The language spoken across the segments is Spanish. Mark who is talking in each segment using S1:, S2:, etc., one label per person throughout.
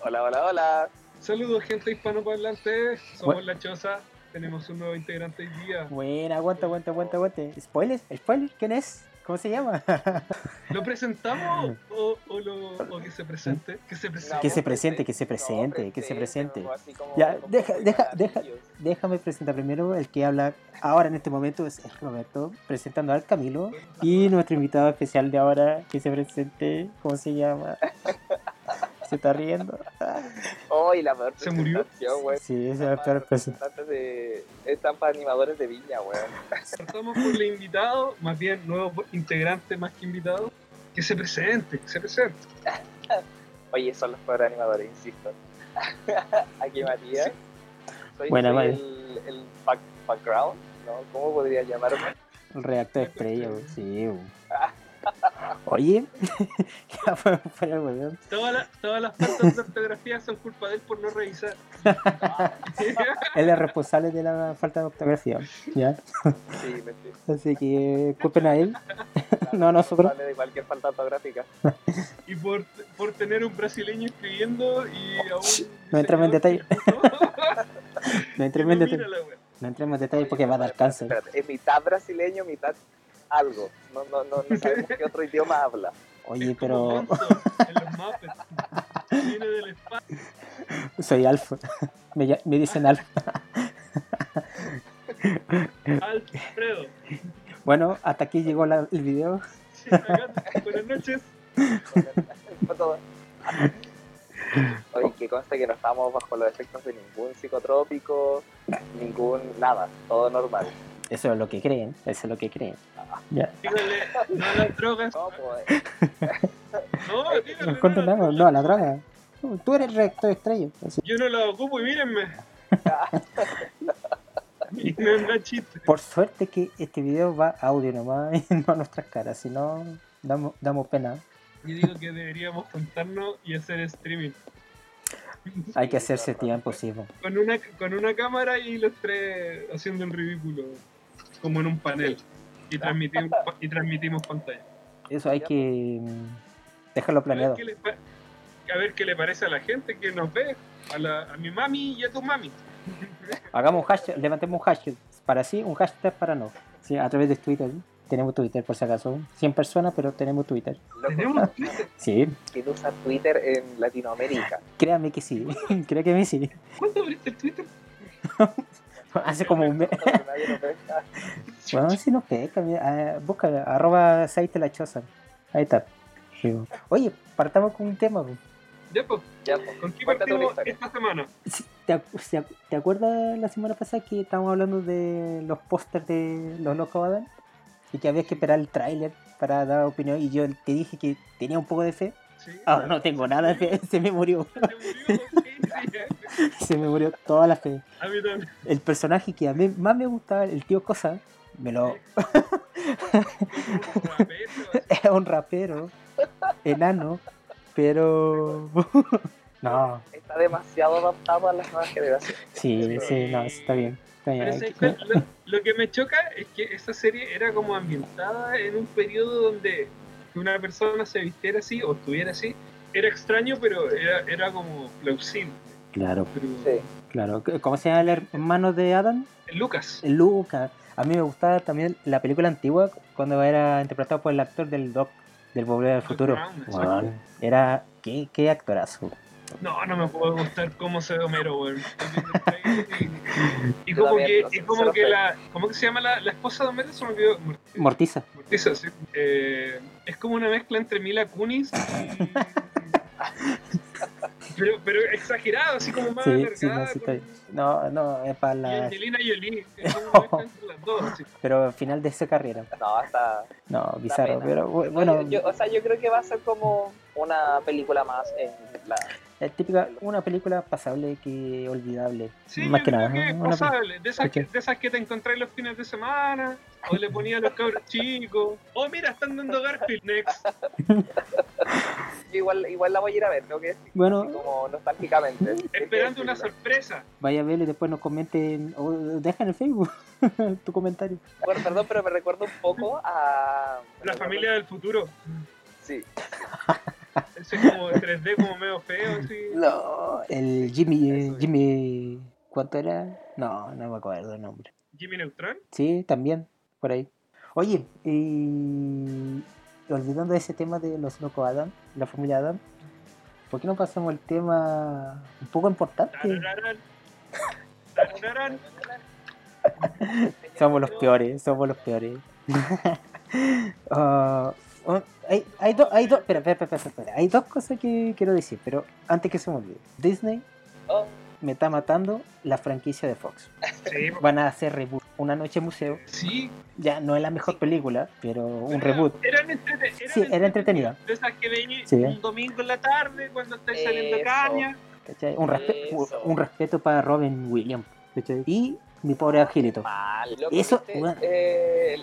S1: Hola, hola, hola.
S2: Saludos, gente hispanoparlante. Somos La Choza. Tenemos un nuevo integrante hoy día.
S3: Buena, aguanta, aguanta, aguanta, aguanta. Spoiler, spoiler, ¿quién es? ¿Cómo se llama?
S2: ¿Lo presentamos o, o lo, o que se presente? Que se presente.
S3: Que se presente, que se presente, que se presente. Ya, deja, deja, deja. Déjame presentar primero el que habla ahora en este momento es es Roberto, presentando al Camilo y nuestro invitado especial de ahora que se presente, ¿cómo se llama? Se está riendo.
S1: Hoy la peor
S2: ¿Se murió?
S1: presentación, weón.
S3: Sí, esa es la peor persona.
S1: Representantes de estampa animadores de Viña, weón.
S2: Partamos por el invitado, más bien nuevo integrante más que invitado. Que se presente, que se presente.
S1: Oye, son los peores animadores, insisto. Aquí Matías. Soy,
S3: Buena,
S1: soy
S3: vale.
S1: el, el back- background, ¿no? ¿Cómo podría llamarme?
S3: El reactor estrella, weón. sí. weón. Oye, ya fue fuera el weón.
S2: Todas las, todas las faltas de ortografía son culpa de él por no revisar.
S3: Él es responsable de la falta de ortografía, ¿ya?
S1: Sí, mentira.
S3: Así que culpen a él. No, nosotros.
S1: Vale, de cualquier falta ortográfica.
S2: y por, por tener un brasileño escribiendo y aún.
S3: No entremos en detalle. No entremos en detalle,
S2: Mírala, weón.
S3: no entremos en detalle porque va a dar cáncer.
S1: Espérate, es mitad brasileño, mitad algo. No, no, no, no sabemos qué otro idioma habla.
S3: Oye,
S2: Es como
S3: pero
S2: Hanson En los Muppets. Viene del espacio.
S3: soy alfa. Me, ll- me dicen alfa.
S2: Alfredo.
S3: Bueno, hasta aquí llegó la- el video.
S2: Sí, acá, Buenas noches.
S1: Fue todo. Oye, que conste que no estamos bajo los efectos de ningún psicotrópico, ningún nada, todo normal.
S3: Eso es lo que creen, eso es lo que creen.
S2: Dígale, no a las drogas.
S1: No, pues,
S2: No, dígale.
S3: Eh, No condenamos, no, a la droga. Tú eres rector estrella. pues Así.
S2: Yo no la ocupo y mírenme. Y no es una chiste.
S3: Por suerte que este video va a audio nomás y no a nuestras caras, si no, damos, damos pena.
S2: Yo digo que deberíamos juntarnos y hacer streaming.
S3: Hay que hacerse tiempo, sí. po.
S2: Con una, con una cámara y los tres haciendo el ridículo. Como en un panel. Y transmitimos, y transmitimos pantalla.
S3: Eso hay que mm, dejarlo
S2: A ver,
S3: planeado.
S2: qué le pa- a ver qué le parece a la gente que nos ve. A, la, a mi mami y a tu mami.
S3: Hagamos un hashtag, levantemos un hashtag para sí, un hashtag para no. Sí, a través de Twitter. Tenemos Twitter, por si acaso. 100 personas, pero tenemos Twitter.
S1: loco,
S2: Tenemos Twitter.
S3: Sí,
S1: ¿quién usa Twitter en Latinoamérica?
S3: créame que sí. créame que sí.
S2: ¿Cuándo abriste el este Twitter?
S3: Hace como un mes.
S1: Nadie lo ve.
S3: Bueno, si no peca, mira, ah, busca arroba aceite la choza. Ahí está. Sí, bo. Oye, partamos con un tema. bo.
S2: Ya, pues,
S1: Ya, pues,
S2: ¿con qué
S1: Cuéntate una
S2: partimos
S1: historia.
S2: esta semana?
S3: Sí, ¿Te, ac- se ac- te acuerdas la semana pasada que estábamos hablando de los pósters de los locos Adán? Y que había que esperar el tráiler para dar opinión. Y yo te dije que tenía un poco de fe.
S2: Sí.
S3: Ahora Ah, no tengo nada de fe. Se me murió.
S2: Se murió, sí, sí.
S3: Se me murió toda la fe.
S2: A mí también.
S3: El personaje que a mí más me gustaba, el tío Cosa, me lo,
S2: Como un rapero, así.
S3: Era un rapero, enano, pero. no,
S1: Está demasiado adaptado a las nuevas generaciones.
S3: sí, sí, no, está bien. Está bien.
S2: Pero
S3: hay
S2: ¿sabes
S3: que-
S2: cuál? Lo, lo que me choca es que esa serie era como ambientada en un periodo donde que una persona se vistiera así o estuviera así era extraño, pero era, era como plausible.
S3: Claro,
S2: Pero-
S1: Sí.
S3: claro. ¿Cómo se llama el hermano de Adam?
S2: Lucas.
S3: Luca. A mí me gustaba también la película antigua cuando era interpretado por el actor del Doc, del Volver al Futuro.
S2: Brown, exacto.
S3: Weón, era. ¿Qué, qué actorazo?
S2: No, no me puedo gustar cómo se ve Homero, weón. Y
S1: Yo
S2: como
S1: también,
S2: que,
S1: no sé,
S2: y como
S1: cero
S2: que
S1: fe.
S2: la. ¿Cómo que se llama la, la esposa de Homero? Se me olvidó. Mort-
S3: Mortiza.
S2: Mortiza, sí. Eh, es como una mezcla entre Mila Kunis y. Pero, pero exagerado, así como más
S3: Sí,
S2: alargada
S3: sí, no, sí, está
S2: con-
S3: bien. No, no, es para
S2: Y
S3: la.
S2: Angelina Jolie. Es como una mezcla entre las dos. así.
S3: Pero final de su carrera.
S1: No, está.
S3: No, bizarro,
S1: pena.
S3: pero bu-
S1: no,
S3: bueno.
S1: yo- yo- o sea, yo creo que va a ser como una película más en la.
S3: Es típica, una película pasable que olvidable.
S2: Sí,
S3: más
S2: yo
S3: que
S2: creo
S3: nada.
S2: que es
S3: ¿no? Una peli-
S2: pasable. De esas, que, de esas que te encontrás los fines de semana, o le ponías a los cabros chicos. Oh, mira, están dando Garfield Next.
S1: Yo igual, igual la voy a ir a ver, tengo que decir. así
S3: Bueno,
S1: Como nostálgicamente. Hay que
S2: Esperando una
S1: decirlo.
S2: sorpresa.
S3: vaya a verlo y después nos comenten o dejan en Facebook tu comentario.
S1: Bueno, perdón, pero me recuerda un poco a.
S2: La familia del futuro.
S1: Sí,
S2: El Ese como 3D, como medio feo, así.
S3: No, el Jimmy. eh, Jimmy. ¿Cuánto era? No, no me acuerdo el nombre.
S2: Jimmy Neutron.
S3: Sí, también, por ahí. Oye, y olvidando ese tema de los locos Adam, la familia Adam, ¿por qué no pasamos al tema un poco importante?
S2: Tarararán. Tarararán.
S3: Somos los peores, somos los peores. Ah, un- hay, hay, do- hay, do- espera, espera, espera, espera, espera. hay dos cosas que quiero decir, pero antes que se me olvide. Disney
S1: Oh,
S3: me está matando la franquicia de Fox.
S2: Sí,
S3: Van a hacer reboot. Una noche en museo.
S2: sí,
S3: Ya no es la mejor película, pero un
S2: Era-
S3: reboot.
S2: Eran entrete- eran
S3: Sí, era entretenida.
S2: De esas que venís
S3: Sí.
S2: un domingo en la tarde cuando estáis saliendo
S1: Eso.
S2: caña.
S3: ¿cachai? Un, respe-
S1: Eso.
S3: un respeto para Robin Williams. ¿cachai? Y mi pobre angelito.
S1: Ah, mal. Loco,
S3: Eso,
S1: ¿viste,
S3: bueno.
S1: eh, el,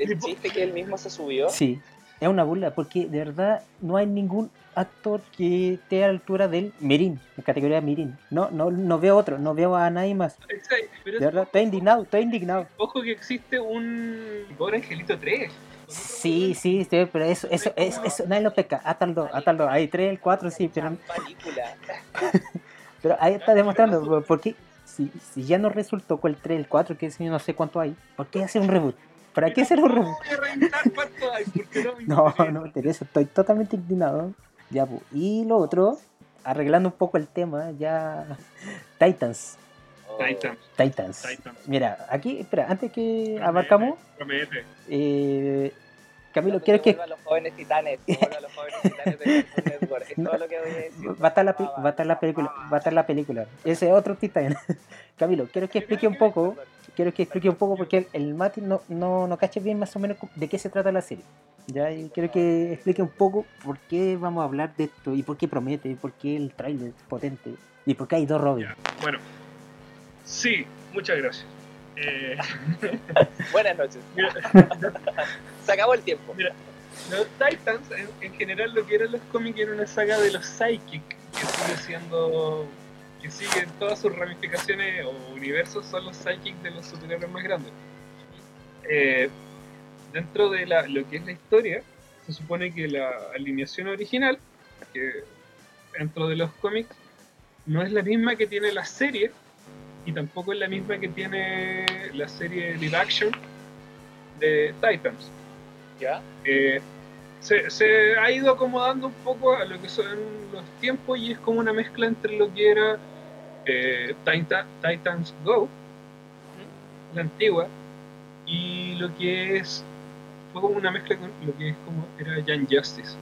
S1: el- el chiste que él mismo se subió.
S3: Sí, es una burla porque de verdad no hay ningún actor que esté a la altura del Mirin, la categoría Mirin. No, no, no veo otro, no veo a nadie más.
S2: Exacto, pero
S3: De verdad, estoy indignado, estoy indignado.
S2: Ojo que existe un Pobre Angelito 3.
S3: Sí, sí, sí, pero eso, eso, eso, eso, nadie lo pesca. Átaldo, átaldo. Hay tres, el cuatro, sí, pero,
S1: Película.
S3: pero ahí está demostrando por- por qué. Si, si ya no resultó con el 3, el 4, que sé yo, no sé cuánto hay, ¿por qué hacer un reboot? ¿Para qué hacer un
S2: No
S3: reboot?
S2: voy a revisar cuánto hay, porque no me
S3: No,
S2: interesa.
S3: no me interesa, estoy totalmente indignado. Ya, pu. y lo otro, arreglando un poco el tema, ya. Titans,
S1: Oh,
S2: Titan,
S3: Titans.
S2: Titan.
S3: Mira, aquí, espera, antes que
S2: promete,
S3: abarcamos,
S2: Promete.
S3: eh, Camilo,
S1: que
S3: ¿quieres que.?
S1: vuelvan los jóvenes titanes. que vuelvan los jóvenes titanes de Cartoon Network. Es
S3: No.
S1: todo lo que voy a decir. Ah,
S3: Va a estar la, pe- va a estar la película, va a estar la película. Ese es otro Titan. Camilo, quiero ah. que explique un poco, quiero que explique un poco porque el, el Mati no, no, no cache bien más o menos de qué se trata la serie. Ya, y quiero que explique un poco por qué vamos a hablar de esto y por qué promete, y por qué el trailer es potente y por qué hay dos Robin.
S2: Ya. Bueno, sí, muchas gracias. Eh,
S1: Buenas noches.
S2: Mira.
S1: Se acabó el tiempo.
S2: Los Titans, en, en general, lo que eran los cómics era una saga de los Psychic, que sigue siendo. que siguen todas sus ramificaciones o universos, son los Psychic de los superhéroes más grandes. Eh, dentro de la- lo que es la historia, se supone que la alineación original, que dentro de los cómics, no es la misma que tiene la serie y tampoco es la misma que tiene la serie live action de Titans
S1: ¿Ya?
S2: eh, se, se ha ido acomodando un poco a lo que son los tiempos y es como una mezcla entre lo que era eh, Titan- Titans Go, la antigua, y lo que es fue como una mezcla con lo que es como era Young Justice.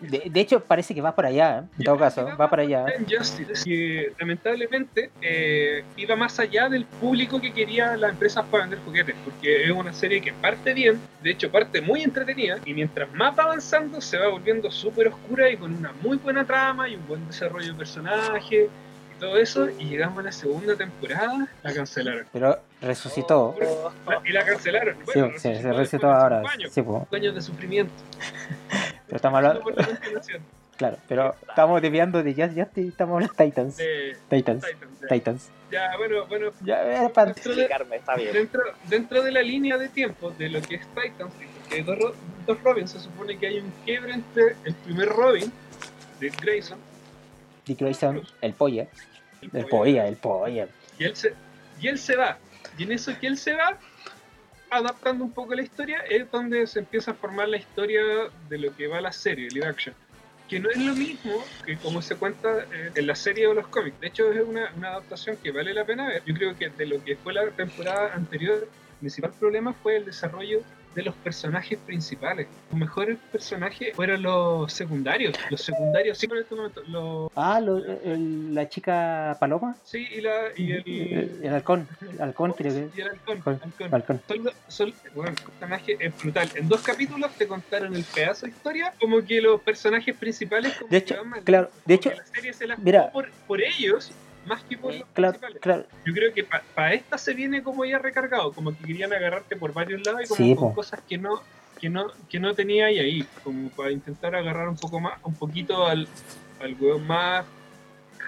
S3: De, de hecho, parece que va para allá, ¿eh? en todo caso, va para allá.
S2: Young Justice, que lamentablemente eh, iba más allá del público que quería las empresas para vender juguetes, porque es una serie que parte bien, de hecho parte muy entretenida, y mientras más va avanzando se va volviendo súper oscura y con una muy buena trama y un buen desarrollo de personaje y todo eso, y llegamos a la segunda temporada, la cancelaron.
S3: Pero resucitó.
S1: Oh,
S2: La- Y la cancelaron.
S3: Sí,
S2: Bueno,
S3: se, se
S2: después
S3: resucitó
S2: de cinco
S3: ahora.
S2: años.
S3: Sí, po.
S2: Cinco años de sufrimiento.
S3: Pero estamos hablando-
S2: Por la cancelación
S3: Claro, pero estamos desviando de Just Justice y estamos hablando de Titans.
S2: de
S3: Titans.
S2: Titans. ya.
S3: Titans.
S2: Ya, bueno, bueno.
S3: Ya, era para-
S2: Dentro de-
S1: explicarme, está bien.
S2: Dentro, dentro de la línea de tiempo de lo que es Titans, que hay dos, Ro- dos Robin, se supone que hay un quiebre entre el primer Robin, de Grayson,
S3: Dick Grayson, el polla.
S2: el
S3: El
S2: polla,
S3: polla, el polla.
S2: y, él se, y él se va. Y en eso que él se va, adaptando un poco la historia, es donde se empieza a formar la historia de lo que va la serie, live action. Que no es lo mismo que como se cuenta eh, en la serie o los cómics. De hecho, es una, una adaptación que vale la pena ver. Yo creo que de lo que fue la temporada anterior, el principal problema fue el desarrollo de los personajes principales. Los mejores personajes fueron los secundarios. Los secundarios, sí, pero en este momento, los-
S3: Ah, lo- el- la chica paloma. Eh,
S2: sí, y, la, y el...
S3: El, el halcón. El halcón, creo que.
S2: Y el halcón,
S3: Halcón.
S2: halcón.
S3: Halcón.
S2: Sol, Sol- bueno, el personaje es brutal. En dos capítulos te contaron el pedazo de historia, como que los personajes principales como
S3: De
S2: que
S3: hecho,
S2: van mal.
S3: claro,
S2: Como
S3: de hecho,
S2: que la serie se la jugó
S3: mira.
S2: por, por ellos más que por los
S3: Claro,
S2: principales.
S3: claro.
S2: Yo creo que para esta se viene como ya recargado, como que querían agarrarte por varios lados y como
S3: Sí,
S2: con
S3: po.
S2: cosas que no que no que no tenía ahí, ahí, como para intentar agarrar un poco más, un poquito al al weón más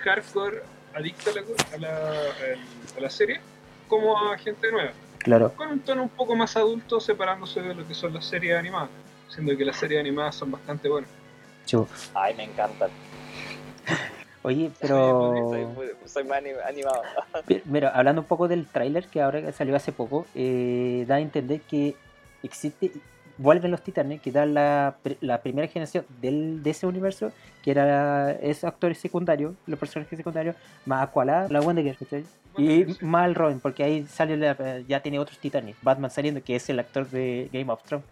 S2: hardcore adicto a la, co- a la, al- a la serie, como a gente nueva
S3: Claro.
S2: con un tono un poco más adulto separándose de lo que son las series animadas, siendo que las series animadas son bastante buenas.
S3: mucho.
S1: Ay, me encantan.
S3: pues. Oye, pero.
S1: Soy, soy más animado.
S3: Mira, hablando un poco del tráiler que ahora salió hace poco, eh, da a entender que existe. Vuelven los titanes, que da la, la primera generación del, de ese universo, que era esos actores secundarios, los personajes secundarios, más Aqualad, la Wonder Girl, ¿cachai? y más el Robin, porque ahí sale la- ya tiene otros titanes, Batman saliendo, que es el actor de Game of Thrones.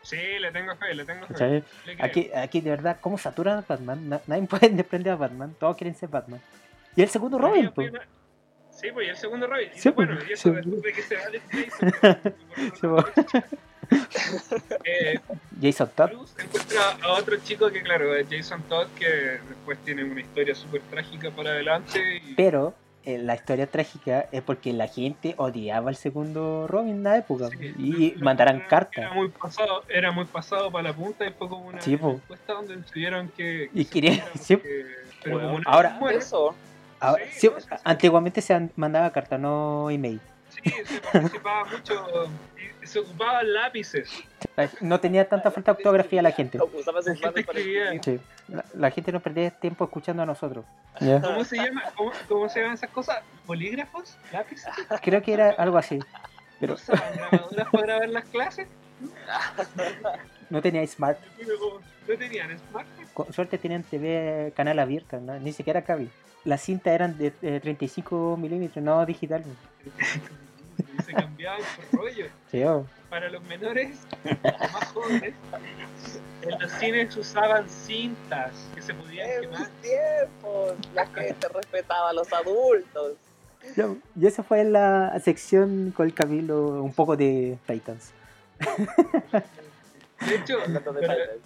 S2: Sí, le tengo fe, le tengo fe.
S3: ¿cachai?
S2: Le creo.
S3: Aquí, aquí de verdad, ¿cómo saturan a Batman? Na- nadie puede desprender a Batman, todos quieren ser Batman. Y el segundo Robin,
S2: Oye,
S3: pues.
S2: oye, Sí, pues y el segundo Robin. Y
S3: Sí,
S2: bueno,
S3: pues,
S2: y eso
S3: sí.
S2: después de que se va de
S3: Sí, pues.
S2: eh,
S3: Jason Todd.
S2: Bruce encuentra a otro chico que, claro, es Jason Todd, que después tiene una historia súper trágica para adelante. Y,
S3: Pero eh, la historia trágica es porque la gente odiaba al segundo Robin en la época
S2: sí,
S3: y
S2: lo- lo
S3: mandaran
S2: encontraron que
S3: cartas.
S2: Era muy, pasado, era muy pasado para la punta y fue como una
S3: Sí, po.
S2: encuesta donde decidieron que.
S3: Y
S2: que
S3: querían-
S2: se fuera
S3: sí.
S2: porque- pero
S1: Bueno,
S2: como no
S3: ahora-
S2: se muere,
S1: Eso.
S3: Ahora,
S2: sí,
S3: Ah, sí,
S2: no, sí, sí.
S3: antiguamente se han- mandaba cartas, no email.
S2: Sí, se participaba mucho. y se ocupaban lápices.
S3: La- No tenía tanta falta de ortografía la gente.
S1: Usaba sus
S2: gente
S1: manos para
S2: escribía.
S1: escribir.
S3: Sí. La, la gente no perdía tiempo escuchando a nosotros.
S2: ¿Cómo se, llama, cómo, cómo se llaman esas cosas? ¿Bolígrafos? ¿Lápices?
S3: Creo que era algo así. Ah, Pero
S2: ¿Usaban grabadoras para grabar las clases?
S3: no tenía smart.
S2: Pero No tenían smartphone.
S3: Con suerte tenían TV canal abierta, ¿no? ni siquiera cable. Las cintas eran de eh, 35 milímetros, no digital.
S2: Y se cambiaban por rollo.
S3: Sí, oh.
S2: Para los menores, los más jóvenes, en los cines usaban cintas que se podían
S1: En mis
S2: quemar.
S1: tiempos, la gente respetaba a los adultos.
S3: Ya, Y esa fue la sección con el Camilo, un poco de Titans.
S2: De hecho,
S1: Hablando de
S2: pero
S1: Titans.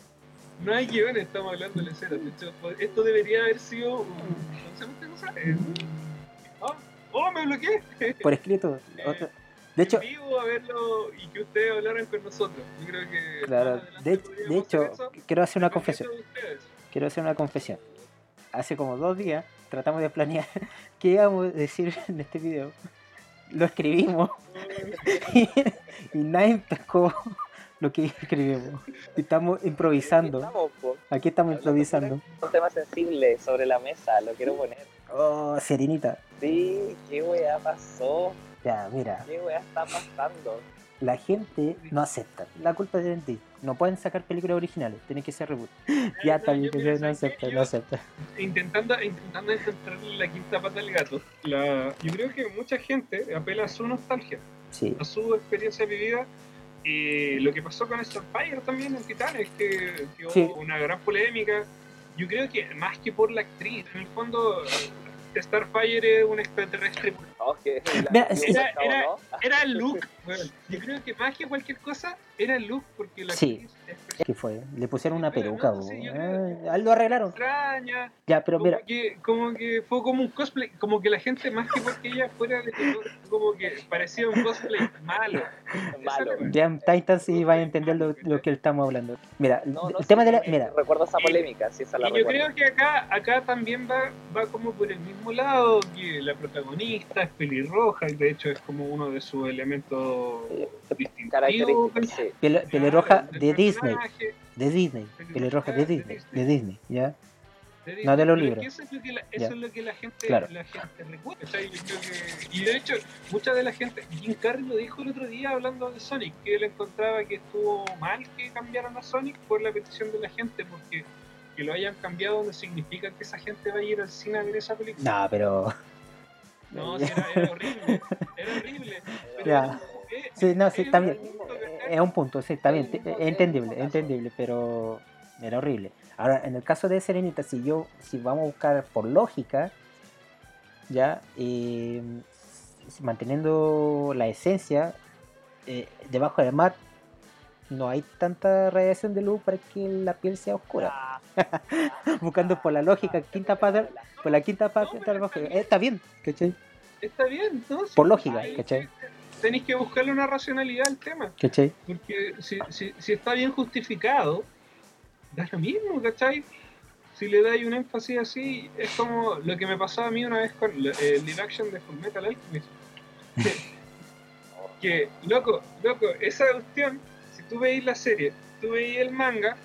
S2: no hay guión, estamos hablando de cero. De hecho, esto debería haber sido un. ¿Cómo se llama esta cosa? Eh, ¡Oh! ¡Oh, me bloqueé!
S3: Por escrito. otra- De hecho,
S2: en vivo a verlo y que ustedes hablaran con nosotros. Yo creo que
S3: claro,
S2: más adelante
S3: de, de
S2: podríamos
S3: hecho,
S2: hacer eso,
S3: quiero hacer una
S2: dependiendo
S3: confesión.
S2: de ustedes.
S3: Quiero hacer una confesión. Hace como dos días tratamos de planear qué íbamos a decir en este video. Lo escribimos y, y nadie tocó lo que escribimos. Y estamos
S1: Aquí
S3: improvisando.
S1: estamos, po.
S3: Aquí estamos improvisando.
S1: Un tema sensible sobre la mesa, lo quiero poner.
S3: Oh, Serenita.
S1: Sí, qué weá pasó,
S3: Ya, mira.
S1: qué weá está pasando.
S3: La gente no acepta. La culpa es de ti. No pueden sacar películas originales. Tienen que ser reboot. Ya está bien,
S2: Yo
S3: que
S2: creo
S3: yo no
S2: que
S3: acepta,
S2: yo-
S3: no acepta.
S2: Intentando, intentando encontrarle la quinta pata al gato, la- yo creo que mucha gente apela a su nostalgia,
S3: Sí.
S2: a su experiencia vivida. Y lo que pasó con Starfire también en Titanes, que, que
S3: Sí.
S2: hubo una gran polémica. Yo creo que más que por la actriz, en el fondo, Starfire es un extraterrestre
S1: No, Oh, que la-
S3: Mira,
S1: que
S3: es-
S1: hubo
S2: era-
S1: acabado,
S2: era-
S1: ¿no?
S2: Era Luke, weón. Yo creo que más que cualquier cosa, era Luke, porque la
S3: Sí.
S2: actriz es
S3: ¿Qué fue? Le pusieron una
S2: Pero no,
S3: peluca.
S2: sí,
S3: bo.
S2: yo creo-
S3: Ah, lo arreglaron.
S2: extraña.
S3: Ya, pero
S2: Como,
S3: mira.
S2: que, como que fue como un cosplay, como que la gente, más que porque ella fuera de color, como que parecía un cosplay malo.
S1: Malo.
S2: Esa-
S3: Vean Titans y van a entender lo, lo que estamos hablando. Mira,
S1: No, no,
S3: el
S1: sí,
S3: tema de la.
S1: eh,
S3: Mira,
S1: Recuerdo esa polémica, sí, esa la
S2: Y yo
S1: recuerdo.
S2: creo que acá, acá también va, va como por el mismo lado, que la protagonista es pelirroja, y de hecho es como uno de sus elementos distintivos.
S1: Características, sí.
S3: Pele- pelirroja
S2: del
S3: de Disney.
S2: personaje.
S3: De Disney. Pelirroja de Disney. De Disney, ¿ya?
S2: Te
S3: No de
S2: pero
S3: los libros.
S2: que Eso es lo que la, eso
S3: Ya.
S2: es lo que la gente,
S3: Claro.
S2: la gente recuerda. o sea, yo creo que- y de hecho, mucha de la gente, Jim Carrey lo dijo el otro día hablando de Sonic, que él encontraba que estuvo mal que cambiaran a Sonic por la petición de la gente, porque que lo hayan cambiado no significa que esa gente va a ir al cine a ver esa película.
S3: No, pero.
S2: No, si era, era horrible, era horrible. Pero
S3: Ya.
S2: eh,
S3: Sí, no, sí,
S2: eh,
S3: está bien.
S2: eh,
S3: Es un punto, sí, está bien. te- Es entendible, es entendible, pero era horrible. Ahora, en el caso de Serenita, si yo, si vamos a buscar por lógica, ya, eh, s- manteniendo la esencia, eh, debajo del mar no hay tanta radiación de luz para que la piel sea oscura.
S1: Ah,
S3: Buscando por la lógica, quinta pata, por la quinta pata,
S2: pero
S3: debajo-
S2: está
S3: eh, está bien, ¿cachai?
S2: Está bien, ¿no? Sí,
S3: Por lógica,
S2: ahí
S3: ¿cachai?
S2: Tenéis que buscarle una racionalidad al tema.
S3: ¿Cachai?
S2: Porque si, si, si está bien justificado, da lo mismo, ¿cachai? Si le dais un énfasis así, es como lo que me pasó a mí una vez con el live action de Full Metal Alchemist. Que, que, loco, loco, esa cuestión, si tú veis la serie, tú veis el manga,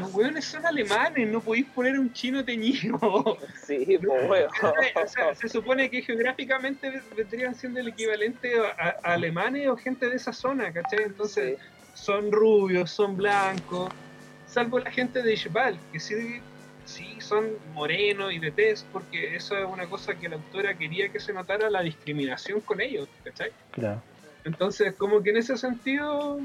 S2: Los weones son alemanes, no podéis poner un chino teñido.
S1: Sí, pues weón.
S2: O sea, se supone que geográficamente vendrían siendo el equivalente a, a alemanes o gente de esa zona, ¿cachai? Entonces, son rubios, son blancos, salvo la gente de Ishbal, que sí, sí son morenos y de tez, porque eso es una cosa que la autora quería que se notara la discriminación con ellos, ¿cachai?
S3: Claro.
S2: Entonces, como que en ese sentido,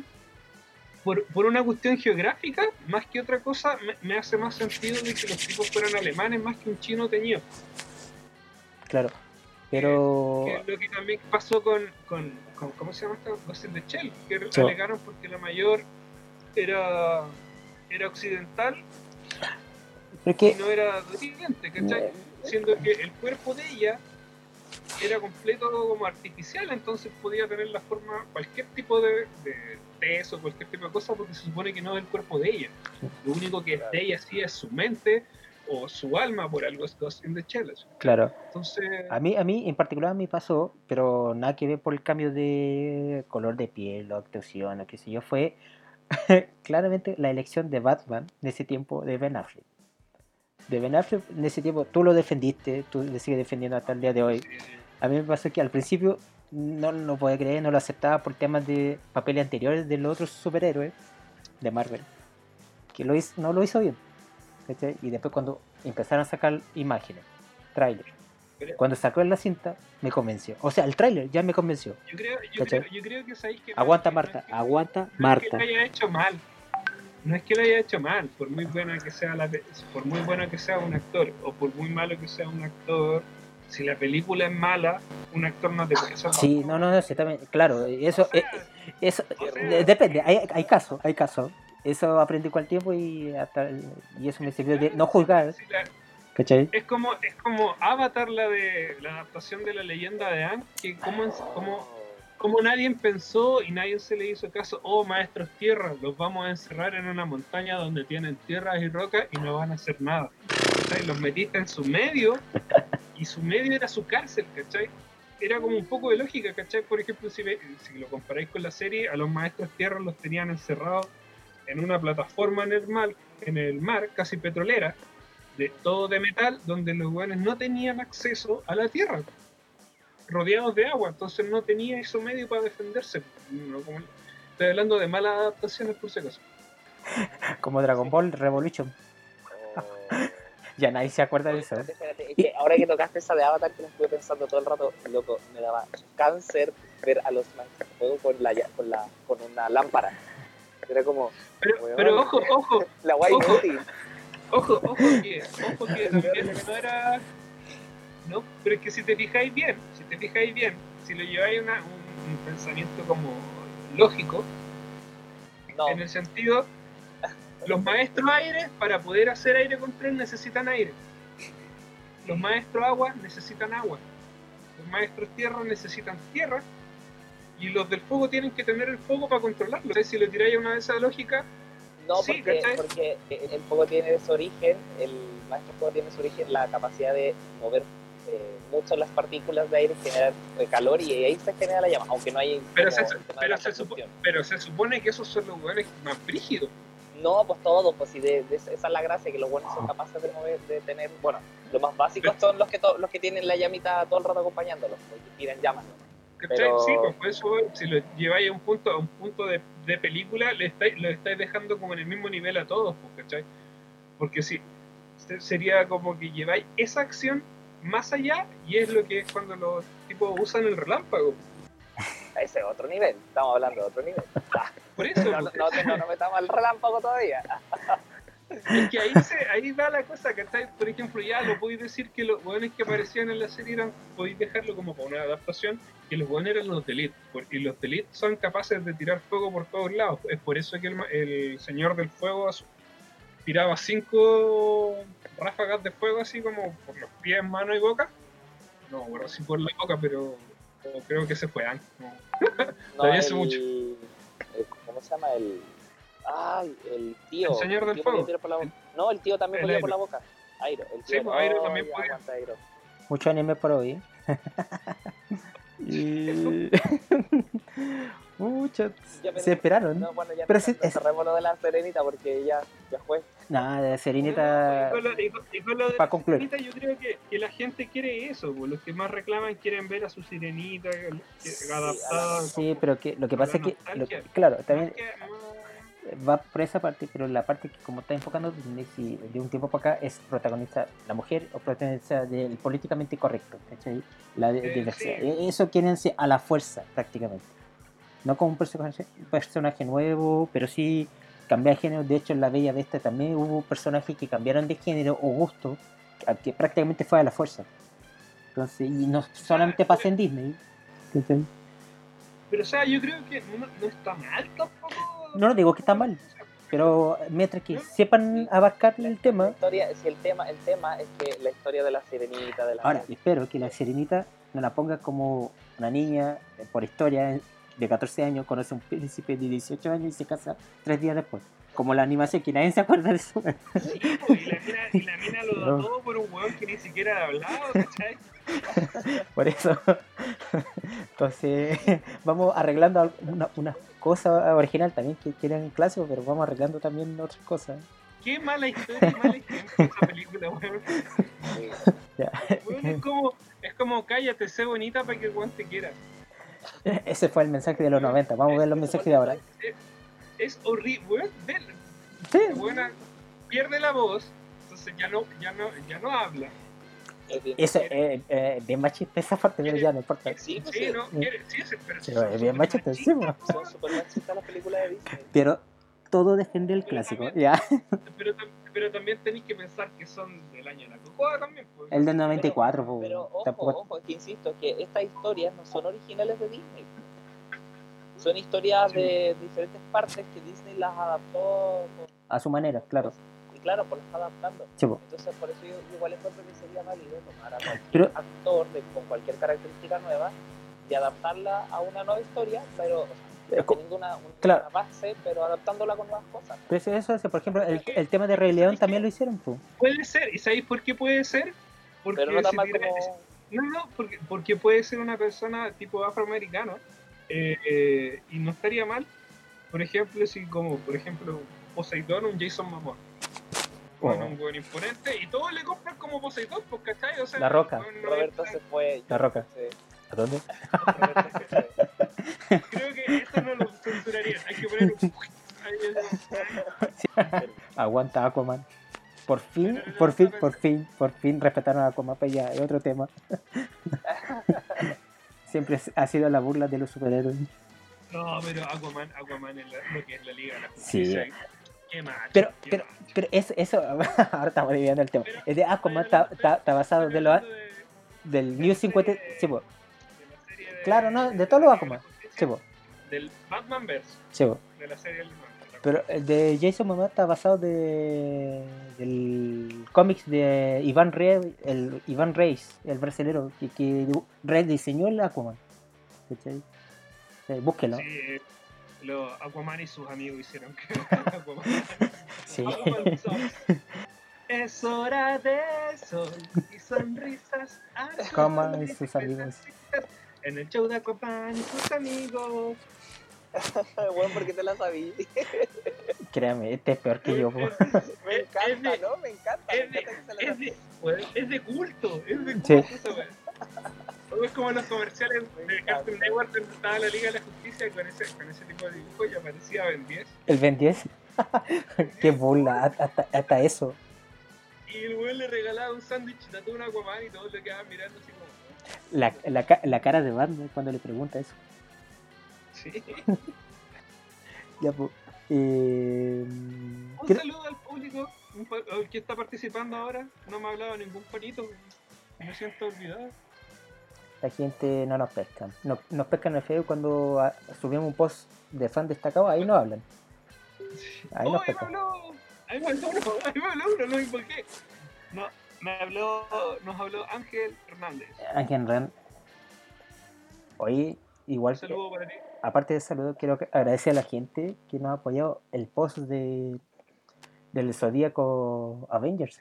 S2: por, por una cuestión geográfica, más que otra cosa, me, me hace más sentido de que los tipos fueran alemanes más que un chino teñido.
S3: Claro. Pero.
S2: Que es lo que también pasó con, con, con- ¿cómo se llama esta? Ghost in the Shell, que
S3: Sí.
S2: alegaron porque la mayor era, era occidental
S3: pero es
S2: y
S3: que.
S2: no era de Occidente, ¿cachai?
S3: eh,
S2: Siendo que el cuerpo de ella era completo como artificial, entonces podía tener la forma, cualquier tipo de, de tez o cualquier tipo de cosa, porque se supone que no es el cuerpo de ella. Lo único que es de ella sí es su mente o su alma, por algo es Ghost in the Shell.
S3: Claro.
S2: Entonces.
S3: A mí, a mí en particular a mí pasó, pero nada que ver por el cambio de color de piel o actuación o qué sé yo, fue claramente la elección de Batman de ese tiempo de Ben Affleck. De Ben Affleck en ese tiempo tú lo defendiste, tú le sigues defendiendo hasta el día de hoy.
S2: eh,
S3: A mí me pasó que al principio no lo podía creer, no lo aceptaba por temas de papeles anteriores del otro superhéroe de Marvel, que lo hizo- no lo hizo bien. ¿cachai? Y después cuando empezaron a sacar imágenes, trailers,
S2: Pero-
S3: cuando sacó la cinta me convenció. O sea, el trailer ya me convenció.
S2: Yo creo, yo
S3: ¿Cachai?
S2: creo, yo creo que sabéis que. no- no
S3: Aguanta
S2: es
S3: Marta,
S2: que-
S3: aguanta
S2: no es que
S3: Marta.
S2: lo haya hecho mal. No es que lo haya hecho mal, por muy buena que sea la pe- por muy bueno que sea un actor o por muy malo que sea un actor, si la película es mala, un actor no te puede salvar.
S3: Sí, no, no, no, sí, también, claro, eso,
S2: O sea,
S3: eh, eso
S2: o sea-
S3: eh, depende, hay, hay caso, hay caso. Eso aprendí con el tiempo y, hasta, y eso me sirvió de no juzgar,
S2: si la-
S3: ¿cachai?
S2: es como es como Avatar la de la adaptación de la leyenda de Anne, que como como como nadie pensó y nadie se le hizo caso, oh maestros tierra, los vamos a encerrar en una montaña donde tienen tierras y rocas y no van a hacer nada. ¿Cachai? Los metiste en su medio y su medio era su cárcel, ¿cachai? Era como un poco de lógica, ¿cachai? Por ejemplo, si, ve- si lo comparáis con la serie, a los maestros tierra los tenían encerrados en una plataforma en el mar, en el mar casi petrolera, de todo de metal, donde los hueones no tenían acceso a la tierra rodeados de agua, entonces no tenía eso medio para defenderse. No como- estoy hablando de malas adaptaciones por si acaso.
S3: Como Dragon Ball Revolution. Ya nadie se acuerda de eso. ¿eh?
S1: Espérate, espérate, es que ahora que tocaste esa de Avatar, que lo estuve pensando todo el rato, loco, me daba cáncer ver a los manchas de fuego con, la, con, la, con una lámpara. Era como,
S2: Pero,
S1: Weón.
S2: pero ojo, ojo,
S1: la guay
S2: Ojo.
S1: inútil.
S2: ojo, ojo que, ojo que también no era. No, pero es que si te fijáis bien, si te fijáis bien, si lo lleváis a una- un, un pensamiento como lógico,
S1: No,
S2: en el sentido, los maestros aire, para poder hacer aire control, necesitan aire. Los maestros agua necesitan agua. Los maestros tierra necesitan tierra. Y los del fuego tienen que tener el fuego para controlarlo. O sea, si lo tiráis a una de esas lógicas,
S1: no
S2: sí,
S1: porque,
S2: ¿cachai?
S1: porque el el fuego tiene su origen, el maestro fuego tiene su origen la capacidad de mover eh, mucho las partículas de aire y generar eh, calor y ahí se genera la llama, aunque no hay
S2: Pero
S1: como
S2: se-
S1: el tema de
S2: pero
S1: la
S2: se, supo-
S1: combustión.
S2: pero se supone que esos son los lugares más brígidos.
S1: No, pues todo, pues si de, de- esa es la gracia, que los buenos son capaces de, mover- de tener, bueno, los más básicos son los que to- los que tienen la llamita todo el rato acompañándolos, pues, que tiran llamas. ¿no?
S2: ¿cachai?
S1: Pero-
S2: Sí, pues por eso weón, si lo lleváis a un punto, a un punto de, de película, le estáis, lo estáis dejando como en el mismo nivel a todos, pues, ¿cachai? Porque si se- sería como que lleváis esa acción más allá y es lo que es cuando los tipos usan el relámpago.
S1: A Ese es otro nivel, estamos hablando de otro nivel.
S2: Por eso,
S1: No, no,
S2: pues,
S1: no, no nos metamos al relámpago todavía. Ah,
S2: es que ahí, se, ahí va la cosa, ¿cachai? Por ejemplo, ya lo podéis decir que los hueones que aparecían en la serie eran, podéis dejarlo como para una adaptación, que los hueones eran los Delete, por- y los Delete son capaces de tirar fuego por todos lados. Es por eso que el, ma- el Señor del Fuego asu- tiraba cinco ráfagas de fuego así como por los pies, mano y boca. No, bueno, sí por la boca, pero pero creo que se fue antes. ¿no?
S1: No,
S2: Todavía hace mucho.
S1: el- ¿Cómo se llama? El. Ay, el tío.
S2: El señor del
S1: tío
S2: fuego.
S1: podía tirar por la boca. No, el tío también
S2: El
S1: podía por la boca. Airo, el tío.
S2: Sí, pues, Airo
S1: Ay,
S2: también podía.
S1: aguanta, Airo.
S3: Mucho anime por hoy. ¿eh? Y... Muchas. Se esperaron.
S1: No, bueno, ya Pero
S3: Pero sí- es-
S1: cerremos lo de la Serenita porque ya, ya fue.
S3: Nada, de Serenita.
S2: Y con lo- y con- y con lo de
S3: Para
S2: la
S3: concluir.
S2: sirenita, yo creo que, que la gente quiere eso, pues, los que más reclaman quieren ver a su sirenita que- que- adaptada.
S3: Sí, pero que, lo que
S2: la
S3: pasa es que. lo que-
S2: nostalgia.
S3: claro,
S2: Más
S3: también
S2: que- ah, más-
S3: va por esa parte, pero la parte que como está enfocando Disney si de un tiempo para acá es protagonista la mujer o protagonista del políticamente correcto, ¿cachai? La de-
S2: Eh,
S3: diversidad.
S2: sí.
S3: E- Eso quieren ser a la fuerza prácticamente. No como un personaje, un personaje nuevo, pero sí cambiar de género. De hecho, en La Bella Bestia también hubo personajes que cambiaron de género o gusto, a- que prácticamente fue a la fuerza. Entonces, y no solamente pasa en Disney. ¿cachai?
S2: Pero o sea, yo creo que no, no está mal tampoco.
S3: No, no digo que está mal.
S2: O sea,
S3: Pero mientras que sepan abarcar el tema,
S1: La historia, si el tema, el tema es que la historia de la Sirenita, de la
S3: Ahora, espero que la Sirenita no la ponga como una niña eh, por historia de 14 años, conoce a un príncipe de 18 años y se casa tres días después. Como la animación, que nadie se acuerda de eso.
S2: Sí, pues, y la mina, y la mina lo da
S3: No.
S2: todo por un weón que ni siquiera ha hablado, ¿cachai?
S3: Por eso. Entonces, vamos arreglando al- una, una cosa original también que, que eran clásicos, pero vamos arreglando también otras cosas.
S2: Qué mala historia, y mala historia esa película, weón.
S1: Sí.
S2: Weón, es como, es como cállate, sé bonita para que el weón te quiera.
S3: Ese fue el mensaje de los 90. Vamos a ver los mensajes de ahora.
S2: Es- Es horrible, weón. ven,
S3: Sí,
S2: buena, pierde la voz, entonces ya no, ya no, ya no habla.
S1: Es bien.
S3: eso eh, es bien machista esa parte, pero ya no importa.
S1: Sí, pues,
S2: Sí,
S1: sí.
S2: no, quiere, sí, sí, pero
S3: Pero es bien machista encima.
S1: Son súper machistas las películas de Disney.
S3: Pero todo depende del
S2: Pero
S3: clásico,
S2: también-
S3: ya.
S2: Pero, tam- pero también tenéis que pensar que son del año de la cocoa también. pues.
S3: El del 94, po,
S1: Pero ojo,
S3: Oh, tampoco-
S1: ojo, que insisto, que estas historias no son originales de Disney. Son historias
S2: Sí.
S1: de diferentes partes que Disney las adaptó. pues,
S3: a su manera, claro.
S1: Y claro, pues las está adaptando.
S3: Sí, po.
S1: Entonces, por eso yo yo igual encuentro que sería válido tomar a cualquier
S3: Pero-
S1: actor de- con cualquier característica nueva y adaptarla a una nueva historia, pero o sea,
S3: Pero eh, co-
S1: teniendo una, una
S3: claro.
S1: base, pero adaptándola con nuevas cosas.
S3: Pero eso, pues, eso, eso, por ejemplo, el, el tema de Rey León también lo hicieron, po.
S2: Puede ser, ¿y sabéis por qué puede ser? Porque
S1: Pero no tan
S2: si
S1: mal
S2: tiene-
S1: como.
S2: No, no, porque, porque puede ser una persona tipo afroamericano eh, eh, y no estaría mal, por ejemplo, si como, por ejemplo, Poseidón, un Jason Momoa. Bueno,
S3: Oh.
S2: un buen imponente y todos le compran como Poseidón, pues, ¿cachai? O sea,
S3: La Roca.
S2: weón, no
S1: Roberto
S2: es-
S1: se fue.
S3: La Roca.
S1: Sí,
S3: ¿A dónde?
S1: Roberto se fue.
S2: Creo que eso no lo censuraría. Hay que poner un... Ahí es-
S3: Aguanta Aquaman. Por fin, por fin, por fin, por fin respetaron a Aquaman, pero ya es otro tema. Siempre es- ha sido la burla de los superhéroes.
S2: No, pero Aquaman, Aquaman es la- lo que es la Liga de la
S3: Sí.
S2: Justicia. Qué macho,
S3: Pero,
S2: qué
S3: pero,
S2: macho.
S3: pero eso, eso ahora estamos dividiendo el tema. Es de Aquaman, está, está- está basado de lo,
S2: Hablando de-
S3: del New 50... Sí, po.
S2: de la serie de-
S3: Claro, no, de todos los
S2: la Liga
S3: Aquaman.
S2: de la Justicia,
S3: Sí, po.
S2: Del Batman verse,
S3: Sí, po.
S2: de la serie del Batman.
S3: Pero el de Jason Momoa está basado de del cómics de Iván Rey, el Iván Reis, el brasilero, que, que rediseñó el Aquaman. ¿Cachai? Eh, búsquelo.
S2: Sí, eh, lo- Aquaman y sus amigos hicieron que Aquaman.
S3: Sí.
S2: Aquaman Sucks. Es hora de sol y sonrisas. Ah,
S3: Aquaman y sus amigos.
S2: En el show de Aquaman y sus amigos.
S1: bueno, porque te la sabí.
S3: Créame, este es peor que yo. po.
S1: Me
S2: Es- es
S1: encanta,
S2: de-
S1: ¿no? Me encanta. Me
S2: es de-
S1: encanta que se la
S2: Es de, weón, es de culto, es de
S3: Sí.
S2: culto esa weá. Todo Es como los comerciales de Cartoon Network donde estaba la Liga de la Justicia con ese, con ese tipo de dibujo y aparecía Ben 10.
S3: El Ben 10. Qué burla, hasta, hasta eso.
S2: Y el weón le regalaba un sándwich de atún a Aquaman y todos le quedaban mirando así como.
S3: La, la, ca- la cara de Batman cuando le pregunta eso.
S2: Sí.
S3: Ya, po. Eh,
S2: Un
S3: creo-
S2: saludo al público, un pa- al que está participando ahora. No me ha hablado ningún panito. Me siento olvidado.
S3: la gente no nos pesca. Nos, nos pescan en el feo cuando ah, subimos un post de fan destacado, ahí no hablan. Ahí
S2: oh,
S3: nos
S2: ahí me
S3: pescan.
S2: habló. Ahí me habló uno. Ahí me habló uno. No me qué. No, me habló. Nos habló Ángel Hernández.
S3: Ángel Ren. Hoy,
S2: Un
S3: igual, que-
S2: saludo para ti.
S3: aparte de saludo, quiero que- agradecer a la gente que nos ha apoyado el post de del Zodíaco Avengers.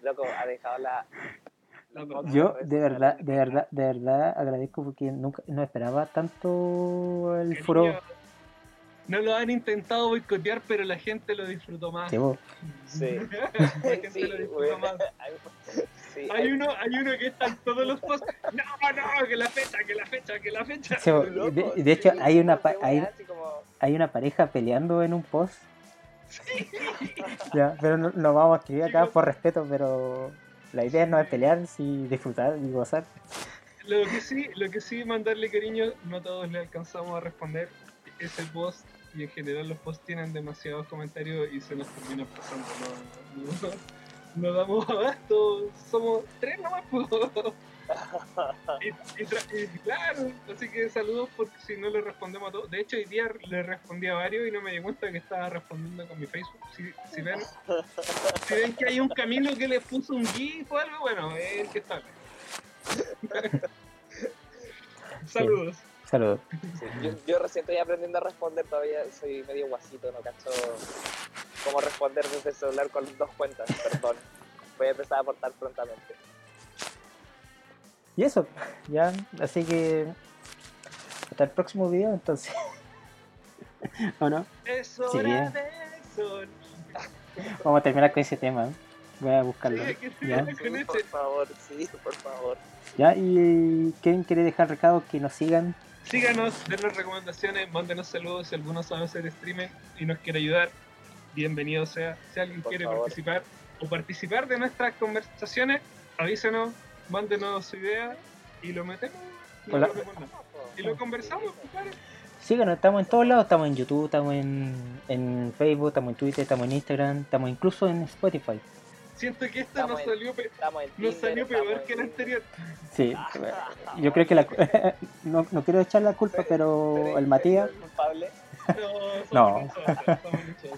S1: Loco, ha dejado la
S3: Yo de verdad, de verdad, de verdad agradezco porque nunca no esperaba tanto el
S2: Cariño,
S3: foro.
S2: No lo han intentado boicotear, pero la gente lo disfrutó más.
S3: Sí, vos.
S1: Sí.
S2: la gente
S1: Sí,
S2: lo disfrutó
S1: weón.
S2: más.
S1: Sí,
S2: Hay uno, hay uno que está en todos los posts. No, no, que la fecha, que la fecha, que la fecha.
S3: Sí, vos.
S1: loco,
S3: Oh, de, de hecho,
S1: sí,
S3: hay una, pa-
S1: de
S3: hay,
S1: así como-
S3: hay una pareja peleando en un post. Ya, pero no, no vamos a escribir acá por respeto, pero la idea no es pelear, sí disfrutar y gozar.
S2: Lo que sí, lo que sí, mandarle cariño, no todos le alcanzamos a responder. Es el post y en general los posts tienen demasiados comentarios y se nos termina pasando. No, no, no damos abasto, somos tres nomás. po. Y, y tra- y claro, así que saludos porque si no le respondemos a todos. De hecho, hoy día le respondí a varios y no me di cuenta que estaba respondiendo con mi Facebook. Si, si ven, si ven que hay un camino que le puso un GIF o algo, bueno, es el que está. Saludos.
S3: Saludos.
S1: sí, yo, yo recién estoy aprendiendo a responder, todavía soy medio guasito, no cacho cómo responder desde el celular con dos cuentas, perdón. Voy a empezar a aportar prontamente.
S3: Y eso, ya. Así que hasta el próximo video, entonces. ¿O no?
S2: Es
S3: Sí.
S2: hora de sol.
S3: Vamos a terminar con ese tema. ¿eh? Voy a buscarlo.
S2: Sí, que se
S3: Ya.
S2: vaya con este.
S1: Sí, por
S2: ese.
S1: favor, sí, por favor.
S3: Ya, y ¿quién quiere dejar recado que nos sigan?
S2: Síganos, denos recomendaciones, mándenos saludos si alguno sabe hacer streaming y nos quiere ayudar. Bienvenido sea. Si alguien
S1: Por
S2: quiere
S1: favor.
S2: participar o participar de nuestras conversaciones, avísenos, mándenos su idea y lo metemos. y lo
S3: Hola.
S2: recomendamos. Y lo conversamos, compadre.
S3: Síganos, estamos en todos lados, estamos en YouTube, estamos en, en Facebook, estamos en Twitter, estamos en Instagram, estamos incluso en Spotify.
S2: Siento que esta
S1: Estamos
S2: nos
S1: en-
S2: salió, pe-
S1: Estamos en
S2: nos
S1: Tinder,
S2: salió peor
S1: estamos
S2: que la
S1: en-
S2: anterior.
S3: Sí, yo creo que la... cu- no, no quiero echar la culpa, pero el Matías...
S1: culpable.
S2: No, somos
S3: No.
S2: nosotros, somos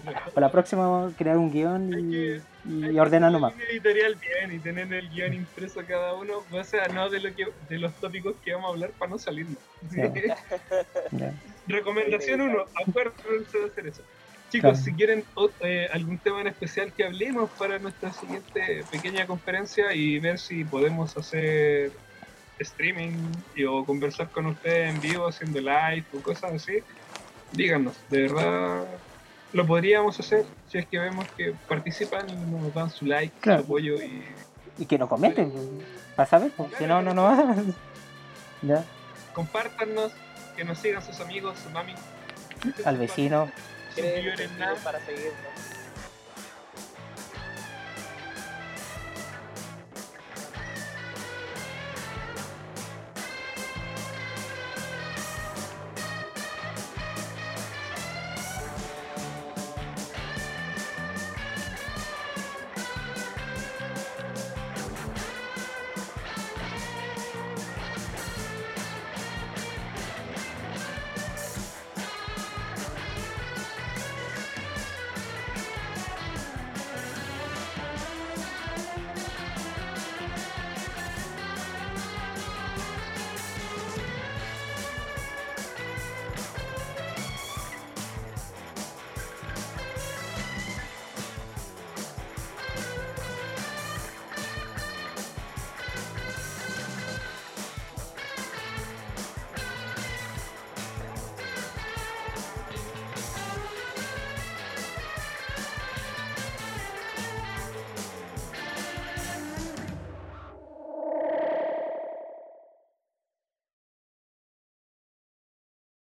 S2: nosotros.
S3: Para la próxima vamos a crear un guión y, y ordena
S2: tener
S3: nomás.
S2: un editorial bien y tener el guión impreso cada uno, o sea, no de, lo que, de los tópicos que vamos a hablar para no salirnos.
S3: Sí. Ya.
S2: Recomendación 1, acuérdense de hacer eso. Chicos,
S3: Claro.
S2: si quieren o- eh, algún tema en especial que hablemos para nuestra siguiente pequeña conferencia y ver si podemos hacer streaming y, o conversar con ustedes en vivo haciendo live o cosas así, díganos, de verdad lo podríamos hacer si es que vemos que participan y nos dan su like,
S3: Claro.
S2: su apoyo y
S3: Y que nos comenten, pues, para saber, porque si no, no, no va. Ya,
S2: compártanos, que nos sigan sus amigos, su mami,
S3: al vecino.
S2: sus
S1: Creen
S2: viewers,
S1: que
S2: nada.
S1: para seguirnos.